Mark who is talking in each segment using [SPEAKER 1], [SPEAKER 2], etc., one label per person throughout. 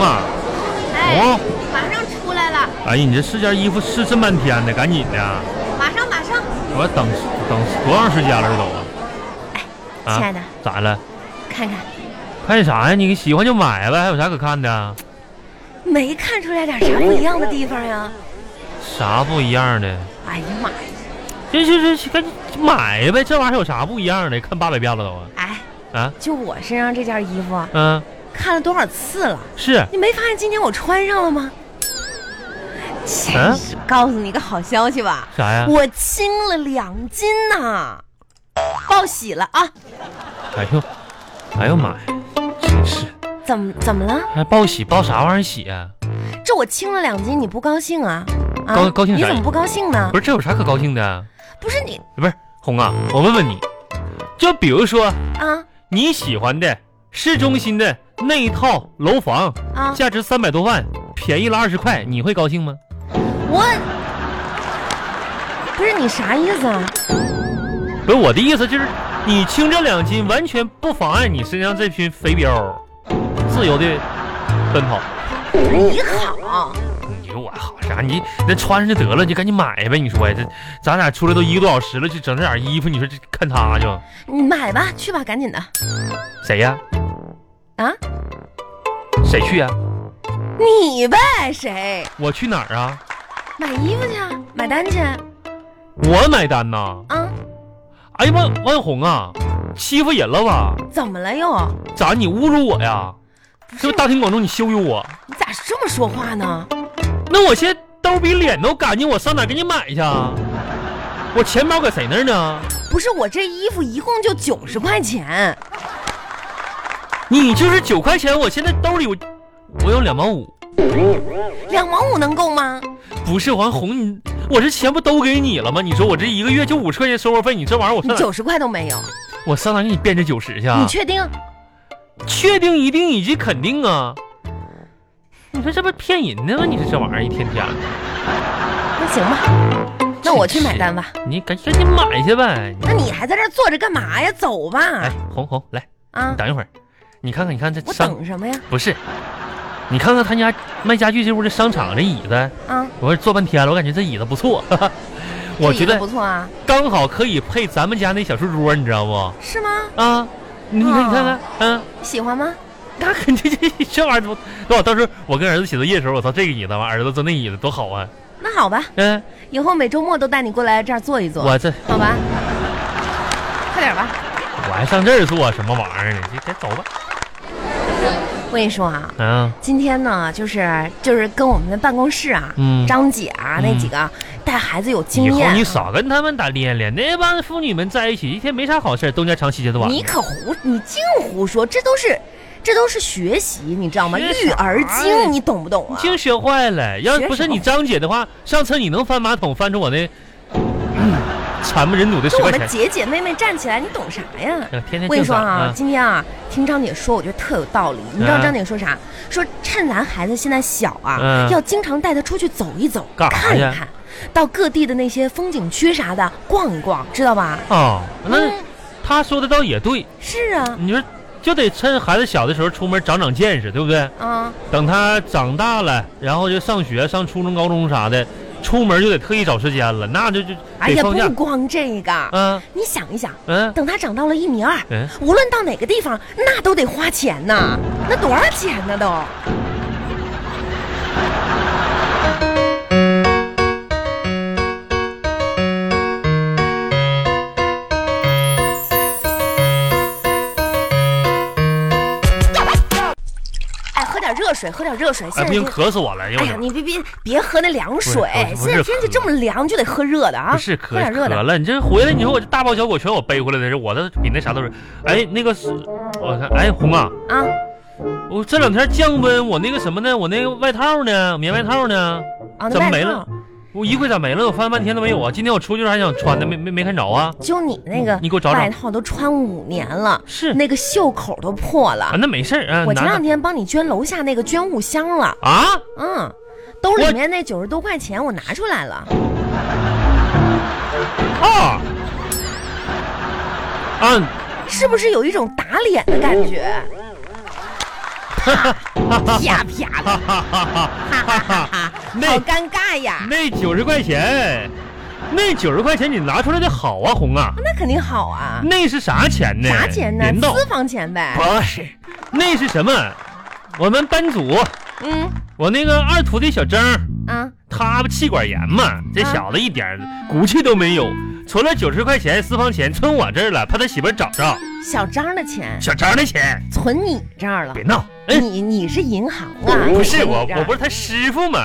[SPEAKER 1] 啊
[SPEAKER 2] 哎
[SPEAKER 1] 哦哎呀，你这试件衣服试这么半天呢，赶紧的！啊
[SPEAKER 2] 马上马上，
[SPEAKER 1] 我等等多长时间了都啊？
[SPEAKER 2] 哎亲爱的，
[SPEAKER 1] 咋了？
[SPEAKER 2] 看看，
[SPEAKER 1] 看啥呀？你喜欢就买呗，还有啥可看的？
[SPEAKER 2] 没看出来点啥不一样的地方呀？
[SPEAKER 1] 啥不一样的？
[SPEAKER 2] 哎呀妈呀！
[SPEAKER 1] 这这这赶紧买呗，这玩意儿有啥不一样的？看八百遍了都啊！
[SPEAKER 2] 哎，
[SPEAKER 1] 啊，
[SPEAKER 2] 就我身上这件衣服啊，
[SPEAKER 1] 嗯，
[SPEAKER 2] 看了多少次了？
[SPEAKER 1] 是，
[SPEAKER 2] 你没发现今天我穿上了吗？真
[SPEAKER 1] 嗯
[SPEAKER 2] 是，告诉你个好消息吧，
[SPEAKER 1] 啥呀？
[SPEAKER 2] 我轻了两斤呐、报喜了啊！
[SPEAKER 1] 哎呦，哎呦妈呀，真是！
[SPEAKER 2] 怎么怎么了？
[SPEAKER 1] 还报喜报啥玩意儿喜啊？
[SPEAKER 2] 这我轻了两斤，你不高兴啊？啊
[SPEAKER 1] 高高兴啥
[SPEAKER 2] 你
[SPEAKER 1] 呀
[SPEAKER 2] 怎么不高兴呢
[SPEAKER 1] 不？是这有啥可高兴的？啊
[SPEAKER 2] 不是你
[SPEAKER 1] 不是红啊，我问问你，就比如说
[SPEAKER 2] 啊
[SPEAKER 1] 你喜欢的市中心的那一套楼房，
[SPEAKER 2] 啊！
[SPEAKER 1] 价值三百多万，便宜了二十块，你会高兴吗？
[SPEAKER 2] 我不是你啥意思啊？
[SPEAKER 1] 不是我的意思就是，你轻这两斤完全不妨碍你身上这群肥膘自由的奔跑。
[SPEAKER 2] 你好，啊
[SPEAKER 1] 你说我好啥？你那穿上就得了，你就赶紧买呗。你说哎这咱俩出来都一个多小时了，就整这点衣服，你说这看他就
[SPEAKER 2] 你买吧，去吧，赶紧的
[SPEAKER 1] 谁呀、
[SPEAKER 2] 啊！
[SPEAKER 1] 谁去呀、
[SPEAKER 2] 你呗，谁
[SPEAKER 1] 我去哪儿啊？
[SPEAKER 2] 买衣服去啊？买单去啊？
[SPEAKER 1] 我买单呐！哎呀妈，万红啊，欺负人了吧？
[SPEAKER 2] 怎么了又？
[SPEAKER 1] 咋你侮辱我呀？是不是大庭广众你羞辱我？
[SPEAKER 2] 你咋这么说话呢？
[SPEAKER 1] 那我现在兜比脸都干净，我上哪儿给你买去？啊？我钱包搁谁那儿呢？
[SPEAKER 2] 不是我这衣服一共就九十块钱，
[SPEAKER 1] 你就是九块钱，我现在兜里我我有两毛五，
[SPEAKER 2] 两毛五能够吗？
[SPEAKER 1] 不是王红，你我这钱不都给你了吗？你说我这一个月就五十块钱生活费，你这玩意儿我
[SPEAKER 2] 你
[SPEAKER 1] 上哪儿
[SPEAKER 2] 九十块都没有，
[SPEAKER 1] 我上哪儿给你变这九十去？啊
[SPEAKER 2] 你？确定？
[SPEAKER 1] 确定一定以及肯定啊！你说这不骗人呢吗？你说这玩意儿一天天的。
[SPEAKER 2] 那行吧，那我去买单吧。
[SPEAKER 1] 你赶赶紧买去呗。
[SPEAKER 2] 那你还在这儿坐着干嘛呀？走
[SPEAKER 1] 哎
[SPEAKER 2] 吧。，
[SPEAKER 1] 红红，来，
[SPEAKER 2] 啊，
[SPEAKER 1] 等一会儿，你看看，你看这
[SPEAKER 2] 我
[SPEAKER 1] 商
[SPEAKER 2] 等什么呀？
[SPEAKER 1] 不是，你看看他家卖家具这屋这商场这椅子，
[SPEAKER 2] 啊，
[SPEAKER 1] 我坐半天了，我感觉这椅子不错， 哈哈我
[SPEAKER 2] 这
[SPEAKER 1] 觉
[SPEAKER 2] 椅子
[SPEAKER 1] 得
[SPEAKER 2] 不错啊，
[SPEAKER 1] 刚好可以配咱们家那小书桌，你知道不？
[SPEAKER 2] 是吗？
[SPEAKER 1] 啊，你你看你看看，嗯、
[SPEAKER 2] 喜欢吗？
[SPEAKER 1] 那肯定这这玩意儿多，多好。到时候我跟儿子写作业的时候，我操这个椅子，完儿子坐那椅子多好啊！
[SPEAKER 2] 那好吧，
[SPEAKER 1] 嗯、
[SPEAKER 2] 以后每周末都带你过来这儿坐一坐，
[SPEAKER 1] 我这
[SPEAKER 2] 好吧？快点吧。
[SPEAKER 1] 我还上这儿坐什么玩意儿呢？你赶走吧。
[SPEAKER 2] 我跟你说啊，
[SPEAKER 1] 啊，
[SPEAKER 2] 今天呢，就是就是跟我们的办公室啊，
[SPEAKER 1] 嗯
[SPEAKER 2] 张姐啊
[SPEAKER 1] 嗯
[SPEAKER 2] 那几个带孩子有
[SPEAKER 1] 以
[SPEAKER 2] 经
[SPEAKER 1] 后
[SPEAKER 2] 验啊，
[SPEAKER 1] 你少跟他们打连连，那帮妇女们在一起一天没啥好事儿，东家长西家短。
[SPEAKER 2] 你可胡，你净胡说，这都是这都是学习，你知道吗？
[SPEAKER 1] 学
[SPEAKER 2] 育儿
[SPEAKER 1] 啥呀
[SPEAKER 2] 经，你懂不懂啊？
[SPEAKER 1] 净学坏了。要
[SPEAKER 2] 学
[SPEAKER 1] 不是
[SPEAKER 2] 什么
[SPEAKER 1] 你张姐的话，上次你能翻马桶翻出我那、嗯惨不忍睹的十
[SPEAKER 2] 就我
[SPEAKER 1] 块
[SPEAKER 2] 们
[SPEAKER 1] 钱。
[SPEAKER 2] 姐姐妹妹站起来，你懂啥呀？
[SPEAKER 1] 呃天天
[SPEAKER 2] 我跟你
[SPEAKER 1] 净
[SPEAKER 2] 说
[SPEAKER 1] 爽
[SPEAKER 2] 啊，！今天啊，听张姐说，我觉得特有道理。你知道
[SPEAKER 1] 嗯
[SPEAKER 2] 张姐说啥？说趁咱孩子现在小啊，
[SPEAKER 1] 嗯
[SPEAKER 2] 要经常带他出去走一走，
[SPEAKER 1] 干啥
[SPEAKER 2] 看一
[SPEAKER 1] 呀
[SPEAKER 2] 看，到各地的那些风景区啥的逛一逛，知道吧？
[SPEAKER 1] 哦，那
[SPEAKER 2] 嗯
[SPEAKER 1] 他说的倒也对，
[SPEAKER 2] 是啊，
[SPEAKER 1] 你说就得趁孩子小的时候出门长长见识，对不对？
[SPEAKER 2] 啊，
[SPEAKER 1] 等他长大了，然后就上学，上初中、高中啥的，出门就得特意找时间了，那就就
[SPEAKER 2] 哎
[SPEAKER 1] 得
[SPEAKER 2] 呀，
[SPEAKER 1] 放假
[SPEAKER 2] 不。光这个，
[SPEAKER 1] 嗯
[SPEAKER 2] 你想一想，
[SPEAKER 1] 嗯
[SPEAKER 2] 等他长到了一米二，
[SPEAKER 1] 嗯，
[SPEAKER 2] 无论到哪个地方，那都得花钱呐，那多少钱呢都？哎，喝点热水，喝点热水。
[SPEAKER 1] 哎
[SPEAKER 2] 现在
[SPEAKER 1] 不行，
[SPEAKER 2] 天，
[SPEAKER 1] 渴死我了！哎呦
[SPEAKER 2] 哎
[SPEAKER 1] 我
[SPEAKER 2] 呀，
[SPEAKER 1] 天
[SPEAKER 2] 你别别别喝那凉水
[SPEAKER 1] 不是，哦不是
[SPEAKER 2] 现在天气这么凉，就得喝热的啊。
[SPEAKER 1] 不是渴
[SPEAKER 2] 喝点热
[SPEAKER 1] 渴
[SPEAKER 2] 的。
[SPEAKER 1] 了，你这回来你说我这大包小裹全我背回来的，我的比那啥都是。哎，那个是，我看，哎红啊，
[SPEAKER 2] 啊，
[SPEAKER 1] 我这两天降温，我那个什么呢？我那个外套呢？棉外套呢？
[SPEAKER 2] 啊，那
[SPEAKER 1] 怎么
[SPEAKER 2] 外
[SPEAKER 1] 没
[SPEAKER 2] 套
[SPEAKER 1] 了？我衣柜咋没了？我翻半天都没有啊！今天我出去还想穿的，没没没看着啊。
[SPEAKER 2] 就你那个
[SPEAKER 1] 你给我找找嗯
[SPEAKER 2] 外套都穿五年了，
[SPEAKER 1] 是
[SPEAKER 2] 那个袖口都破
[SPEAKER 1] 啊，
[SPEAKER 2] 了。
[SPEAKER 1] 那没事儿啊。
[SPEAKER 2] 我前
[SPEAKER 1] 拿
[SPEAKER 2] 两天帮你捐楼下那个捐物箱了，
[SPEAKER 1] 啊，
[SPEAKER 2] 嗯，兜里
[SPEAKER 1] 我
[SPEAKER 2] 面那九十多块钱我拿出来了。
[SPEAKER 1] 啊 啊！
[SPEAKER 2] 是不是有一种打脸的感觉？啪啪啪的，
[SPEAKER 1] 哈哈哈哈哈哈！啊那
[SPEAKER 2] 好尴尬呀。
[SPEAKER 1] 那九十块钱，那九十块钱你拿出来的好啊，红啊，
[SPEAKER 2] 那肯定好啊，
[SPEAKER 1] 那啊是啥钱呢？
[SPEAKER 2] 啥钱呢？
[SPEAKER 1] 人道
[SPEAKER 2] 私房钱呗。
[SPEAKER 1] 不是，那是什么？我们班组，
[SPEAKER 2] 嗯
[SPEAKER 1] 我那个二徒弟小张，
[SPEAKER 2] 啊，
[SPEAKER 1] 他不气管炎嘛，这
[SPEAKER 2] 啊
[SPEAKER 1] 小子一点骨气都没有，存了九十块钱私房钱，存我这儿了，怕他媳妇儿找着。
[SPEAKER 2] 小张的钱
[SPEAKER 1] 小张的钱，
[SPEAKER 2] 存你这儿了
[SPEAKER 1] 别，闹，哎，
[SPEAKER 2] 你你是银行啊？
[SPEAKER 1] 不是我，我不
[SPEAKER 2] 是
[SPEAKER 1] 是他师傅嘛。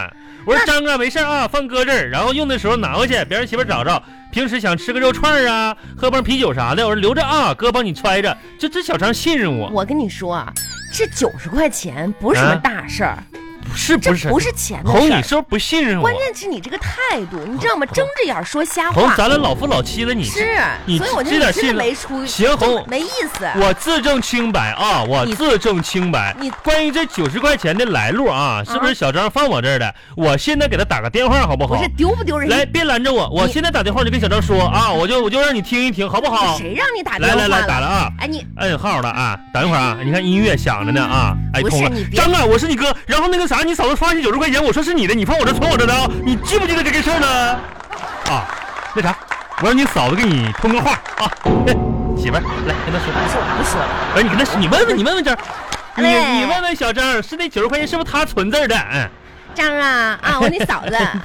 [SPEAKER 1] 我说张啊，没事儿啊，放哥这儿，然后用的时候拿回去，别让媳妇儿找着。平时想吃个肉串儿啊，喝瓶啤酒啥的，我说留着啊，哥帮你揣着。这这小张信任我，
[SPEAKER 2] 我跟你说啊，这九十块钱不是什么
[SPEAKER 1] 啊
[SPEAKER 2] 大事儿，
[SPEAKER 1] 不是
[SPEAKER 2] 这
[SPEAKER 1] 不是
[SPEAKER 2] 不，是钱的
[SPEAKER 1] 红，
[SPEAKER 2] 事
[SPEAKER 1] 你
[SPEAKER 2] 儿。
[SPEAKER 1] 是不是不信任我
[SPEAKER 2] 关？键是你这个态度，你知道吗？
[SPEAKER 1] 红
[SPEAKER 2] 睁着眼说瞎
[SPEAKER 1] 红，
[SPEAKER 2] 话，
[SPEAKER 1] 咱俩老夫老妻了，你
[SPEAKER 2] 是，啊
[SPEAKER 1] 你
[SPEAKER 2] 所以我就
[SPEAKER 1] 这点
[SPEAKER 2] 真
[SPEAKER 1] 信
[SPEAKER 2] 的
[SPEAKER 1] 任
[SPEAKER 2] 没出，
[SPEAKER 1] 行红，
[SPEAKER 2] 没意思。
[SPEAKER 1] 我自证清白啊，我
[SPEAKER 2] 你
[SPEAKER 1] 自证清白
[SPEAKER 2] 你。
[SPEAKER 1] 关于这九十块钱的来路啊，是不是小张放我这儿的？我现在给他打个电话好不
[SPEAKER 2] 不
[SPEAKER 1] 好
[SPEAKER 2] 是？丢不丢人？
[SPEAKER 1] 来，别拦着我，我
[SPEAKER 2] 你
[SPEAKER 1] 现在打电话就跟小张说啊，我就我就让你听一听，好不好？
[SPEAKER 2] 谁让你打电
[SPEAKER 1] 来
[SPEAKER 2] 话
[SPEAKER 1] 来来，打了啊，
[SPEAKER 2] 哎，你
[SPEAKER 1] 摁号了啊，等一会儿啊，你看音乐响着呢啊，哎
[SPEAKER 2] 不是
[SPEAKER 1] 通了
[SPEAKER 2] 你，别
[SPEAKER 1] 张啊，我是你哥，然后那个啥，你嫂子发现九十块钱，我说是你的，你放我这存我这的啊，你记不记得这个事儿呢？啊，那啥，我让你嫂子给你通个话啊，哎媳妇儿来跟她说。
[SPEAKER 2] 不是我不说了，
[SPEAKER 1] 哎不是你跟他说，你问问你问问张，你
[SPEAKER 2] 哎
[SPEAKER 1] 你问问小张，是那九十块钱是不是他存字儿的？嗯，
[SPEAKER 2] 张啊啊，我那 嫂子啊，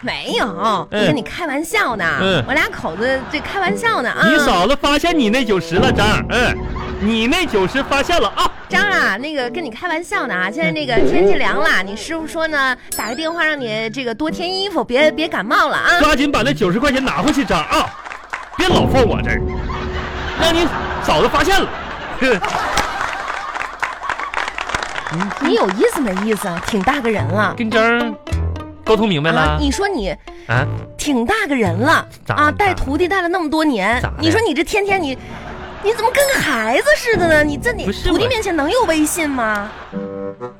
[SPEAKER 2] 没有，我
[SPEAKER 1] 嗯
[SPEAKER 2] 跟你开玩笑呢
[SPEAKER 1] 嗯，
[SPEAKER 2] 我俩口子这开玩笑呢啊。
[SPEAKER 1] 你嫂子发现你那九十了，张，嗯，你那九十发现了啊，
[SPEAKER 2] 张啊，那个跟你开玩笑呢啊，现在那个天气凉了，你师傅说呢，打个电话让你这个多添衣服，别别感冒了啊。
[SPEAKER 1] 抓紧把那九十块钱拿回去，张啊，别老放我这儿，让你嫂子发现了。哼
[SPEAKER 2] 你有意思没意思啊？挺大个人了，
[SPEAKER 1] 跟张沟通明白
[SPEAKER 2] 啊
[SPEAKER 1] 了，
[SPEAKER 2] 你说你
[SPEAKER 1] 啊？
[SPEAKER 2] 挺大个人了
[SPEAKER 1] 咋
[SPEAKER 2] 啊，
[SPEAKER 1] 的
[SPEAKER 2] 带徒弟带了那么多年
[SPEAKER 1] 咋的，
[SPEAKER 2] 你说你这天天你，你怎么跟个孩子似的呢？你在你
[SPEAKER 1] 不是
[SPEAKER 2] 徒弟
[SPEAKER 1] 我
[SPEAKER 2] 面前能有威信吗？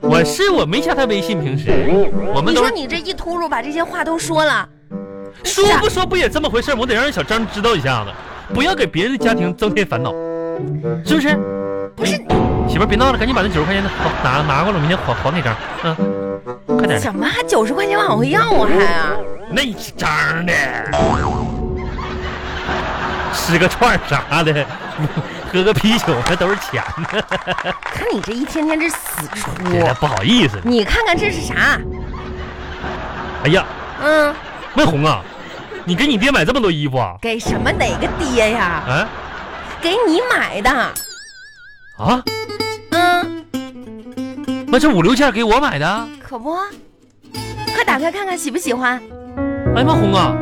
[SPEAKER 1] 我是我没加他微信，平时我们
[SPEAKER 2] 你
[SPEAKER 1] 都
[SPEAKER 2] 说
[SPEAKER 1] 是
[SPEAKER 2] 你这一秃噜把这些话都说了，
[SPEAKER 1] 说不说不也这么回事儿？我得让小张知道一下子，不要给别人的家庭增添烦恼，是不是？哎
[SPEAKER 2] 不是
[SPEAKER 1] 媳妇儿别闹了，赶紧把那九十块钱拿拿拿过来，我明天还还那张。嗯，快点儿的。
[SPEAKER 2] 什么还九十块钱往回要我还啊？
[SPEAKER 1] 那张的，吃个串儿啥的，喝个啤酒那都是钱呢。
[SPEAKER 2] 看你这一天天这死出，
[SPEAKER 1] 觉得不好意思呢。
[SPEAKER 2] 你看看这是啥？
[SPEAKER 1] 哎呀，
[SPEAKER 2] 嗯，
[SPEAKER 1] 魏红啊，你给你爹买这么多衣服啊？
[SPEAKER 2] 给什么哪个爹呀？
[SPEAKER 1] 啊
[SPEAKER 2] 给你买的，
[SPEAKER 1] 啊，
[SPEAKER 2] 嗯，
[SPEAKER 1] 那这五六件给我买的啊？
[SPEAKER 2] 可不，快打开看看喜不喜欢。
[SPEAKER 1] 哎呀妈，红啊，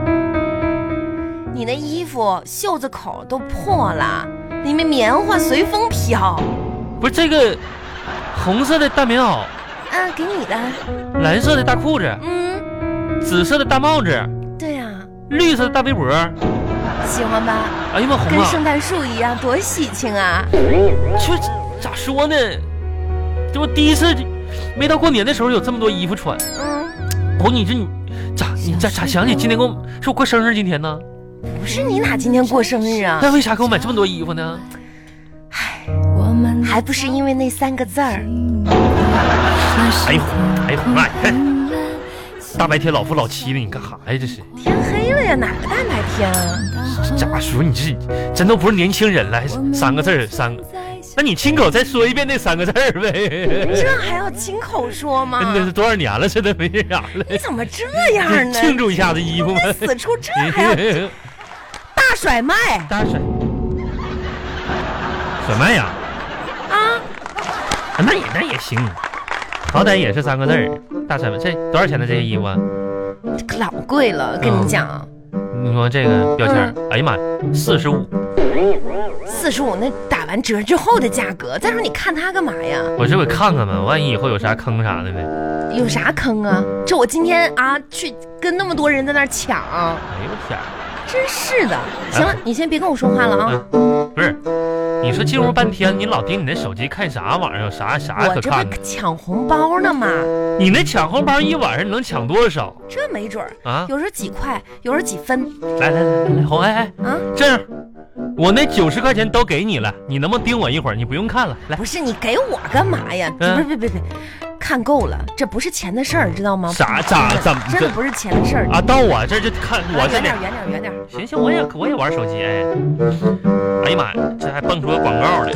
[SPEAKER 2] 你那衣服袖子口都破了，里面棉花随风飘。
[SPEAKER 1] 不是这个红色的大棉袄，
[SPEAKER 2] 啊，给你的。
[SPEAKER 1] 蓝色的大裤子，
[SPEAKER 2] 嗯，
[SPEAKER 1] 紫色的大帽子，
[SPEAKER 2] 对呀、
[SPEAKER 1] 绿色的大围脖。哎
[SPEAKER 2] 喜欢吧？
[SPEAKER 1] 呀妈，红
[SPEAKER 2] 跟
[SPEAKER 1] 啊！
[SPEAKER 2] 圣诞树一样，多喜庆啊！
[SPEAKER 1] 这咋说呢？这我第一次就没到过年的时候有这么多衣服穿。
[SPEAKER 2] 嗯，
[SPEAKER 1] 不，你这你咋你咋咋想起今天给我是我过生日今天呢？
[SPEAKER 2] 不是你哪今天过生日啊？
[SPEAKER 1] 那为啥给我买这么多衣服呢？
[SPEAKER 3] 我们
[SPEAKER 2] 还不是因为那三个字儿。
[SPEAKER 1] 哎
[SPEAKER 3] 哎
[SPEAKER 1] 呦哎呦妈呀！
[SPEAKER 3] 呀！
[SPEAKER 1] 大白天老夫老妻的，你干啥呀？这是
[SPEAKER 2] 天黑了呀，哪个大白天啊？
[SPEAKER 1] 咋说？你这真都不是年轻人了，还是三个字儿三个。那你亲口再说一遍那三个字儿呗？
[SPEAKER 2] 这还要亲口说吗？
[SPEAKER 1] 那是多少年了？这都没这啥了
[SPEAKER 2] 你，怎么这样 呢？啊
[SPEAKER 1] 庆祝一下子衣服吗？
[SPEAKER 2] 死出 这还要 大甩卖
[SPEAKER 1] 大甩甩卖呀？
[SPEAKER 2] 啊？
[SPEAKER 1] 啊那也那也行，好歹也是三个字儿，大三这多少钱的这些衣服啊？
[SPEAKER 2] 这可老贵了，跟你讲，啊
[SPEAKER 1] 你说这个标签儿，
[SPEAKER 2] 嗯
[SPEAKER 1] 哎呀妈呀，四十五！
[SPEAKER 2] 四十五那打完折之后的价格。再说你看它干嘛呀？
[SPEAKER 1] 我这不看看吗？万一以后有啥坑啥的呗？
[SPEAKER 2] 有啥坑啊？这我今天啊去跟那么多人在那儿抢，
[SPEAKER 1] 哎呦我天儿！
[SPEAKER 2] 真是
[SPEAKER 1] 啊
[SPEAKER 2] 的。行了，你先别跟我说话了啊，
[SPEAKER 1] 嗯，不是，你说进屋半天，你老盯你那手机看啥玩意儿？有啥啥
[SPEAKER 2] 我
[SPEAKER 1] 啊可
[SPEAKER 2] 这
[SPEAKER 1] 看的？
[SPEAKER 2] 不抢红包呢吗？
[SPEAKER 1] 你那抢红包一晚上能抢多少
[SPEAKER 2] 这没准儿，
[SPEAKER 1] 啊？
[SPEAKER 2] 有时候几块，有时候几分
[SPEAKER 1] 来来来来来，红哎哎，
[SPEAKER 2] 啊。
[SPEAKER 1] 这样，我那九十块钱都给你了，你能不能盯我一会儿？你不用看了，来，
[SPEAKER 2] 不是你给我干嘛呀？
[SPEAKER 1] 嗯
[SPEAKER 2] 别别别别，看够了，这不是钱的事儿，知道吗？
[SPEAKER 1] 啥咋
[SPEAKER 2] 真的
[SPEAKER 1] 怎么
[SPEAKER 2] 真的哦不是钱的事儿？
[SPEAKER 1] 啊，到我这儿就看我这
[SPEAKER 2] 远
[SPEAKER 1] 里
[SPEAKER 2] 点，儿，远点儿，远点儿。
[SPEAKER 1] 行行，我也我也玩手机，哎，哎呀妈，呀，这还蹦出个广告来。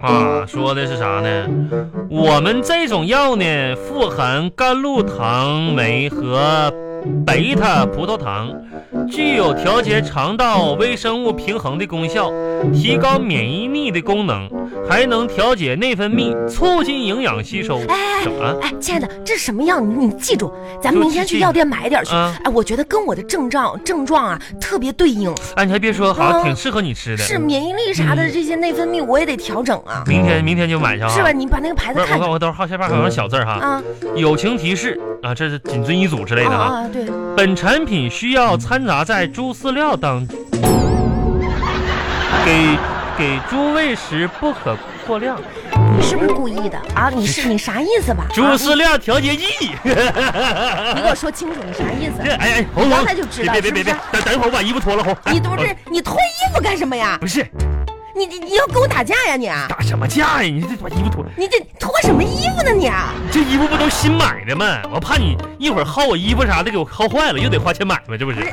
[SPEAKER 1] 啊，说的是啥呢？我们这种药呢，富含甘露糖酶和贝塔葡萄糖，具有调节肠道微生物平衡的功效，提高免疫力的功能，还能调节内分泌，促进营养吸收。
[SPEAKER 2] 哎
[SPEAKER 1] 什么？
[SPEAKER 2] 哎，亲爱的，这是什么样？你你记住，咱们明天去药店买一点儿去。
[SPEAKER 1] 啊
[SPEAKER 2] 哎，我觉得跟我的症状症状啊特别对应，
[SPEAKER 1] 哎，你还别说，好像
[SPEAKER 2] 嗯
[SPEAKER 1] 挺适合你吃的。
[SPEAKER 2] 是免疫力啥的这些内分泌我也得调整啊，
[SPEAKER 1] 明天明天就买嗯上啊。
[SPEAKER 2] 是吧？你把那个牌
[SPEAKER 1] 不是，
[SPEAKER 2] 子
[SPEAKER 1] 我
[SPEAKER 2] 看
[SPEAKER 1] 看
[SPEAKER 2] 看
[SPEAKER 1] 我等会儿好下边还有个小字儿哈，
[SPEAKER 2] 啊
[SPEAKER 1] 友情提示啊，这是谨遵医嘱之类的
[SPEAKER 2] 啊
[SPEAKER 1] 哈。
[SPEAKER 2] 啊！对，
[SPEAKER 1] 本产品需要掺杂在猪饲料当中，给给诸喂食不可过量。
[SPEAKER 2] 你是不是故意的啊？你是你啥意思吧？
[SPEAKER 1] 猪
[SPEAKER 2] 啊
[SPEAKER 1] 饲料调节剂。
[SPEAKER 2] 你你给我说清楚，你啥意
[SPEAKER 1] 这
[SPEAKER 2] 思？
[SPEAKER 1] 哎哎，红
[SPEAKER 2] 刚
[SPEAKER 1] 红
[SPEAKER 2] 才就，知道
[SPEAKER 1] 别别别
[SPEAKER 2] 是不
[SPEAKER 1] 别等
[SPEAKER 2] 是，
[SPEAKER 1] 等一会儿我把衣服脱了，红。
[SPEAKER 2] 你不
[SPEAKER 1] 哎
[SPEAKER 2] 是你脱衣服干什么呀
[SPEAKER 1] 我？不是
[SPEAKER 2] 你你你要跟我打架呀你？啊
[SPEAKER 1] 打什么架呀？你这把衣服脱，
[SPEAKER 2] 你这脱什么衣服呢你？啊
[SPEAKER 1] 这衣服不都新买的吗？我怕你一会儿薅我衣服啥的给我薅坏了，又得花钱买吗？这不是
[SPEAKER 2] 不是